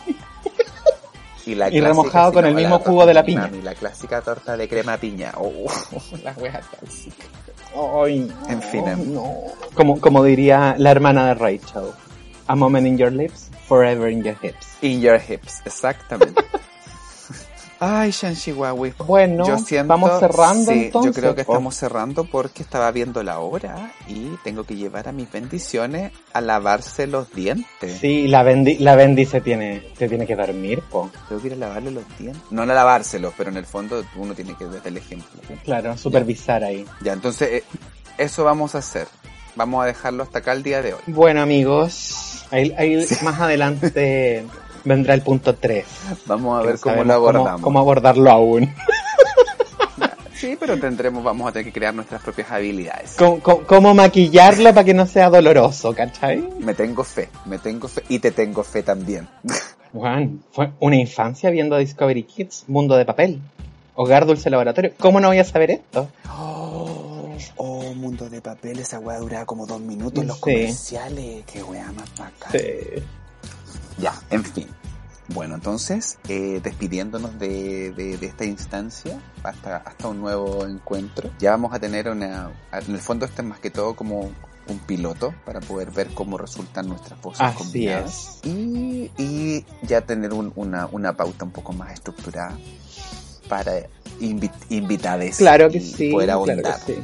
Y, la
Y remojado
así
con el
como
mismo cubo de la
torta
piña.
mami, la clásica torta de crema piña. Oh, la wea tóxica.
Ay,
En fin, em.
Como, como diría la hermana de Rachel. A moment in your lips, forever in your hips.
In your hips, exactamente. Ay, Shanxi Huawei.
Bueno,
yo siento,
vamos cerrando
sí,
entonces. Oh.
Yo creo que estamos cerrando porque estaba viendo la hora y tengo que llevar a mis bendiciones a lavarse los dientes.
Oh, Sí, la Bendy, la Bendy se tiene, se tiene que dormir, po.
Tengo que ir a lavarle los dientes. No a lavárselos, pero en el fondo uno tiene que dar el ejemplo.
Claro, supervisar ahí.
Ya, entonces eh, eso vamos a hacer. Vamos a dejarlo hasta acá el día de hoy.
Bueno, amigos, ahí, ahí más adelante vendrá el punto 3.
Vamos a ver cómo lo abordamos.
Cómo, abordarlo aún.
Sí, pero tendremos, vamos a tener que crear nuestras propias habilidades.
Cómo, cómo- cómo maquillarlo para que no sea doloroso, ¿cachai?
Me tengo fe, me tengo fe y te tengo fe también.
Juan, fue una infancia viendo Discovery Kids, Mundo de Papel, Hogar Dulce Laboratorio. ¿Cómo no voy a saber esto?
Oh, oh, mundo de papel, esa weá duraba como dos minutos los
Sí.
comerciales. Qué weá más bacán. Ya, en fin. Bueno, entonces, eh, despidiéndonos de, de- de esta instancia hasta, hasta un nuevo encuentro. Ya vamos a tener una... En el fondo este es más que todo como un piloto para poder ver cómo resultan nuestras voces
Así
combinadas.
es.
Y, y ya tener un- una, una pauta un poco más estructurada para invi- invitades
Claro que
y
sí.
poder
claro
ahondar.
que sí.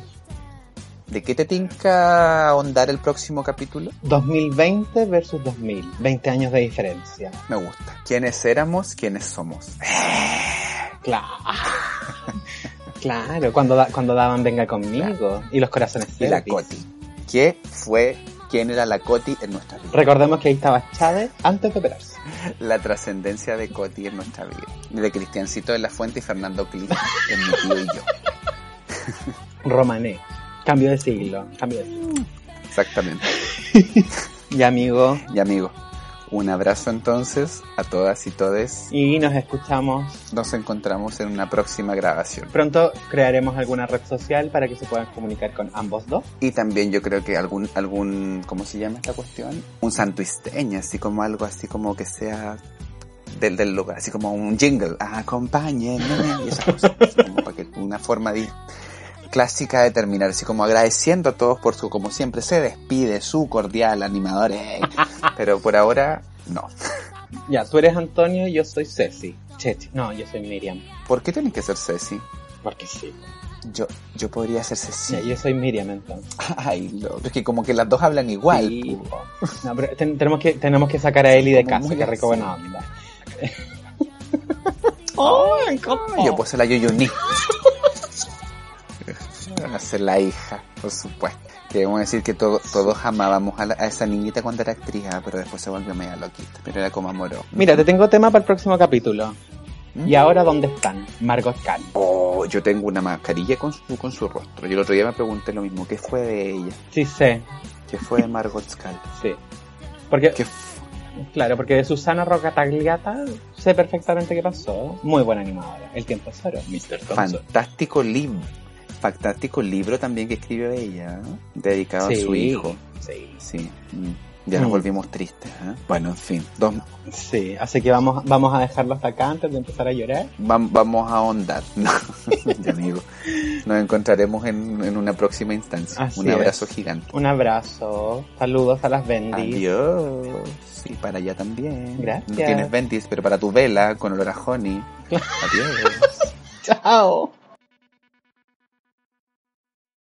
¿De qué te tinca ahondar el próximo capítulo?
2020 versus 2000. 20 años de diferencia.
Me gusta. ¿Quiénes éramos? ¿Quiénes somos?
Claro. claro, cuando, da- cuando daban Venga conmigo y los corazones
y la
selfies.
Coti. ¿Qué fue, quién era la Coti en nuestra vida?
Recordemos que ahí estaba Chávez antes de operarse.
La trascendencia de Coti en nuestra vida. De Cristiancito de la Fuente y Fernando Cliff en mi tío y yo.
Romané. Cambio de siglo. Cambio de siglo.
Exactamente.
Y amigo,
Y amigos, un abrazo entonces a todas y todes.
y nos escuchamos
Nos encontramos en una próxima grabación.
Pronto crearemos alguna red social para que se puedan comunicar con ambos dos.
Y también yo creo que algún, algún, ¿cómo se llama esta cuestión? Un santuisteño, así como algo así como que sea del, del lugar, así como un jingle. Acompáñenme. Y esas cosas, así como para que una forma di- clásica de terminar, así como agradeciendo a todos por su, como siempre, se despide su cordial animador. eh. Pero por ahora, no.
Ya, tú eres Antonio y yo soy Ceci. Chechi. No, yo soy Miriam.
¿Por qué tiene que ser Ceci?
Porque sí.
Yo, yo podría ser
Ya,
Ceci.
yo soy Miriam entonces.
Ay, lo, es que como que las dos hablan igual. pues.
Sí. No, pero ten- tenemos, que, tenemos que sacar a Eli de
Como
casa,
muy
que rico
así.
buena onda. Oh.
Ay, Yo puedo ser la Yoyoni. Voy a ser la hija, por supuesto. Que vamos a decir que todo- todos amábamos a, la- a esa niñita cuando era actriz, ah, pero después se volvió media loquita. Pero era como amorosa.
Mira, te tengo tema para el próximo capítulo.
Mm.
¿Y ahora dónde están? Margot Khan.
Oh, yo tengo una mascarilla con su, con su rostro. Yo el otro día me pregunté lo mismo. ¿Qué fue de ella?
Sí, sé.
¿Qué fue de Margot Scal?
Sí. Porque
¿Qué, f-
Claro, porque de Susana Rocatagliata sé perfectamente qué pasó. Muy buena animadora. El tiempo es oro, Mr. Thompson.
Fantástico libro. Fantástico libro también que escribió ella, ¿no? dedicado a
Sí.
su hijo.
Sí.
Sí. mm. Ya nos
Mm.
volvimos tristes. ¿eh? Bueno, en fin. Dos-
Sí, así que vamos, vamos a dejarlo hasta acá antes de empezar a llorar.
vam- vamos a ahondar. ¿no? Ya digo. Nos encontraremos en, en una próxima instancia.
Así
Un
es.
abrazo gigante.
Un abrazo, saludos a las bendis.
Adiós. Y para allá también.
Gracias.
No tienes Ventis, pero para tu vela con olor a honey. Adiós.
Chao.